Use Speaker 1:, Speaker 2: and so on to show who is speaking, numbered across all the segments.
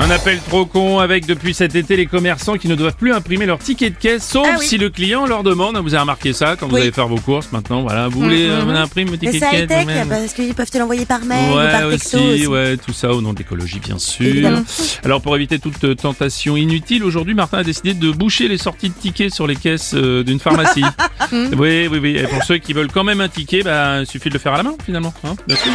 Speaker 1: Un appel trop con avec depuis cet été les commerçants qui ne doivent plus imprimer leur ticket de caisse sauf
Speaker 2: Ah oui.
Speaker 1: si le client leur demande. Vous avez remarqué ça quand vous
Speaker 3: Oui. Mhm,
Speaker 1: allez faire vos courses maintenant. Voilà, vous voulez euh, on imprime le
Speaker 3: Mais
Speaker 1: ticket de
Speaker 3: ça
Speaker 1: caisse.
Speaker 3: high tech,
Speaker 1: vous-même.
Speaker 3: parce qu'ils peuvent te l'envoyer par mail ou
Speaker 1: Ouais,
Speaker 3: par
Speaker 1: aussi,
Speaker 3: texto. aussi.
Speaker 1: ouais, tout ça au nom de l'écologie, bien sûr.
Speaker 3: Évidemment.
Speaker 1: Alors, pour éviter toute euh, tentation inutile, aujourd'hui, Martin a décidé de boucher les sorties de tickets sur les caisses euh, d'une pharmacie.
Speaker 3: Mhm.
Speaker 1: oui, oui, oui. Et pour ceux qui veulent quand même un ticket, bah, il suffit de le faire à la main, finalement. hein, bien sûr.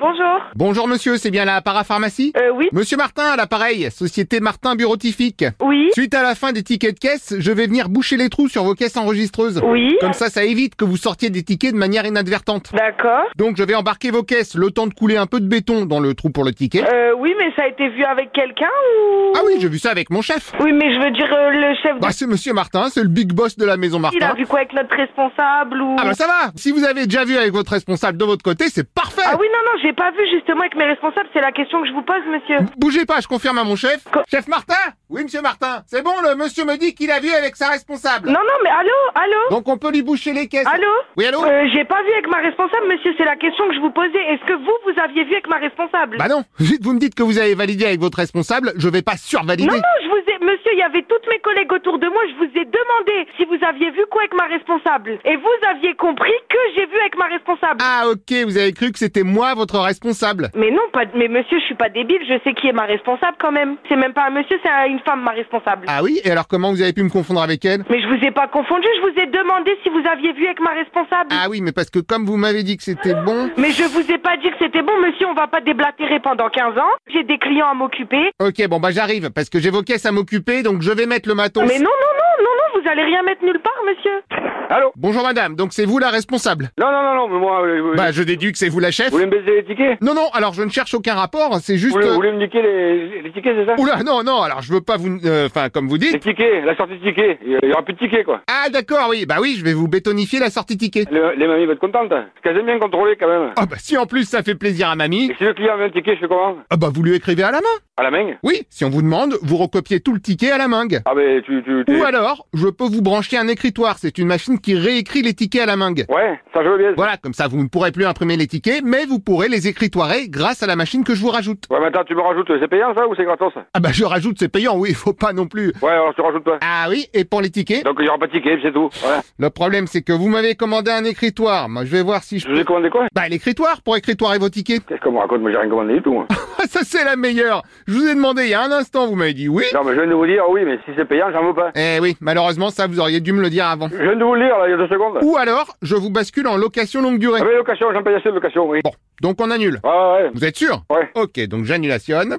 Speaker 4: Bonjour.
Speaker 5: Bonjour monsieur, c'est bien la parapharmacie
Speaker 4: Euh, oui.
Speaker 5: Monsieur Martin à l'appareil, société Martin Bureautifique.
Speaker 4: Oui.
Speaker 5: Suite à la fin des tickets de caisse, je vais venir boucher les trous sur vos caisses enregistreuses.
Speaker 4: Oui.
Speaker 5: Comme ça, ça évite que vous sortiez des tickets de manière inadvertante.
Speaker 4: D'accord.
Speaker 5: Donc je vais embarquer vos caisses, le temps de couler un peu de béton dans le trou pour le ticket.
Speaker 4: Euh, oui, mais ça a été vu avec quelqu'un ou
Speaker 5: Ah oui, j'ai vu ça avec mon chef.
Speaker 4: Oui, mais je veux dire euh, le chef de
Speaker 5: Bah c'est monsieur Martin, c'est le big boss de la maison
Speaker 4: il a
Speaker 5: Martin.
Speaker 4: vu quoi avec notre responsable ou
Speaker 5: Ah bah ça va Si vous avez déjà vu avec votre responsable de votre côté, c'est parfait
Speaker 4: Ah oui, non non, j'ai pas vu justement avec mes responsables, c'est la question que je vous pose monsieur.
Speaker 5: Bougez pas, je confirme à mon chef.
Speaker 4: Co-
Speaker 5: chef Martin Oui monsieur Martin, c'est bon, le monsieur me dit qu'il a vu avec sa responsable.
Speaker 4: Non non, mais allô, allô
Speaker 5: Donc on peut lui boucher les caisses.
Speaker 4: Allô
Speaker 5: Oui, allô
Speaker 4: Euh, j'ai pas vu avec ma responsable monsieur, c'est la question que je vous posais. Est-ce que vous vous aviez vu avec ma responsable
Speaker 5: Bah non, vite vous me dites que vous avez validé avec votre responsable, je vais pas survalider.
Speaker 4: Non, non, je vous ai... Monsieur, il y avait toutes mes collègues autour de moi, je vous ai demandé si vous aviez vu quoi avec ma responsable. Et vous aviez compris que j'ai vu avec ma responsable.
Speaker 5: Ah ok, vous avez cru que c'était moi votre responsable.
Speaker 4: Mais non, pas, mais monsieur, je suis pas débile, je sais qui est ma responsable quand même. C'est même pas un monsieur, c'est un- une femme ma responsable.
Speaker 5: Ah oui, et alors comment vous avez pu me confondre avec elle
Speaker 4: Mais je vous ai pas confondu, je vous ai demandé si vous aviez vu avec ma responsable.
Speaker 5: Ah oui, mais parce que comme vous m'avez dit que c'était bon...
Speaker 4: Mais je vous ai pas dit que c'était bon, monsieur, on va pas déblatérer pendant 15 ans. J'ai des clients à m'occuper.
Speaker 5: Ok, bon bah j'arrive, parce que j'ai vos caisses à m'occuper, donc je vais mettre le matos.
Speaker 4: Mais non, non, non, non, non, vous allez rien mettre nulle part, monsieur.
Speaker 6: Allô
Speaker 5: Bonjour madame, donc c'est vous la responsable
Speaker 6: Non, non, non, non, mais moi, euh, vous,
Speaker 5: Bah je déduis que c'est vous la chef
Speaker 6: vous voulez me baisser les tickets
Speaker 5: Non, non, alors je ne cherche aucun rapport, c'est juste...
Speaker 6: vous voulez, vous
Speaker 5: euh,
Speaker 6: voulez me niquer les, les tickets, c'est ça
Speaker 5: Oula, non, non, alors je veux pas vous... euh, Enfin, comme vous
Speaker 6: Les
Speaker 5: dites...
Speaker 6: tickets, la sortie de tickets, il y aura plus de tickets, quoi.
Speaker 5: Ah d'accord, oui, bah oui, je vais vous bétonifier la sortie ticket.
Speaker 6: Le- les mamies vont être contentes, hein. parce qu'elles aiment bien contrôler, quand même.
Speaker 5: Ah bah si en plus ça fait plaisir à mamie,
Speaker 6: Et si le client veut un ticket, je fais comment
Speaker 5: ah bah vous lui écrivez à la main.
Speaker 6: À la main
Speaker 5: Oui, si on vous demande, vous recopiez tout le ticket à la mangue.
Speaker 6: Ah, ben, tu... tu, tu-
Speaker 5: Ou alors, je peux vous brancher un écritoire, c'est une machine qui réécrit les tickets à la mangue.
Speaker 6: Ouais, ça, je veux bien.
Speaker 5: Voilà, comme ça vous ne pourrez plus imprimer les tickets, mais vous pourrez les écritoirer grâce à la machine que je vous rajoute.
Speaker 6: Ouais, mais attends, tu me rajoutes, c'est payant, ça, ou c'est gratos Ouais,
Speaker 5: Ah bah je rajoute, c'est payant, oui, faut pas non plus.
Speaker 6: alors tu rajoutes pas.
Speaker 5: Ah oui, et pour les tickets
Speaker 6: Donc, il y aura pas de tickets, puis c'est tout. Voilà.
Speaker 5: Le problème c'est que vous m'avez commandé un écritoire, moi je vais voir si je
Speaker 6: Je vous ai
Speaker 5: peux...
Speaker 6: commandé quoi
Speaker 5: Bah l'écritoire, pour écritoirer vos tickets.
Speaker 6: Qu'est-ce qu'on me raconte Moi, j'ai rien commandé du tout, moi.
Speaker 5: Ah, ça c'est la meilleure Je vous ai demandé il y a un instant, vous m'avez dit oui.
Speaker 6: non, mais je viens de vous dire, oui, mais si c'est payant, j'en veux pas.
Speaker 5: Eh oui, malheureusement ça vous auriez dû me le dire avant.
Speaker 6: Je viens de vous le dire, là, il y a deux secondes.
Speaker 5: Ou alors, je vous bascule en location longue durée.
Speaker 6: Ah, mais location, j'en paye assez de location, oui.
Speaker 5: Bon, donc on annule.
Speaker 6: Ouais, ouais,
Speaker 5: Vous êtes sûr
Speaker 6: Ouais.
Speaker 5: Ok, donc j'annulationne.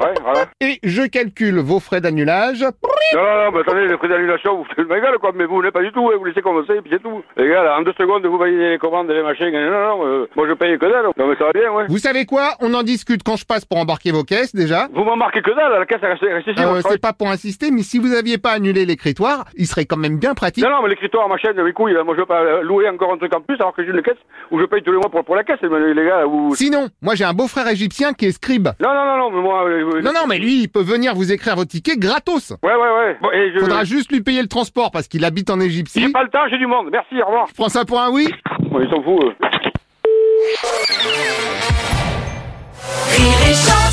Speaker 6: ouais, voilà.
Speaker 5: Et je calcule vos frais d'annulage.
Speaker 6: Non, non, non, mais attendez, les prix d'annulation, vous faites le gueule, quoi, mais vous voulez pas du tout, hein, vous laissez commencer, et puis c'est tout. Les gars, là, en deux secondes, vous validez les commandes, les machines, non, non, euh, moi je paye que dalle, non, mais ça va bien, ouais.
Speaker 5: Vous savez quoi On en discute quand je passe pour embarquer vos caisses déjà.
Speaker 6: Vous m'embarquez que dalle, la caisse est restée, restée ici,
Speaker 5: Euh,
Speaker 6: moi, je
Speaker 5: c'est
Speaker 6: travaille.
Speaker 5: pas pour insister, mais si vous aviez pas annulé l'écritoire, il serait quand même bien pratique.
Speaker 6: Non, non, mais l'écritoire, ma chaîne, mes couilles, là, moi je veux pas euh, louer encore un truc en plus, alors que j'ai une caisse, où je paye tous les mois pour, pour la caisse, mais les gars, là, vous...
Speaker 5: Sinon, moi j'ai un beau-frère égyptien qui est scribe.
Speaker 6: Non, non, non, non, mais moi... euh, vous-
Speaker 5: Non, non, mais lui, il peut venir vous écrire vos tickets gratos.
Speaker 6: Ouais, ouais, ouais, bon, et je...
Speaker 5: Faudra juste lui payer le transport parce qu'il habite en Égypte.
Speaker 6: J'ai
Speaker 5: Je
Speaker 6: pas le temps, j'ai du monde, merci, au revoir.
Speaker 5: prends ça pour un oui
Speaker 6: Bon, ils sont fous, eux.
Speaker 7: Rire et Chanson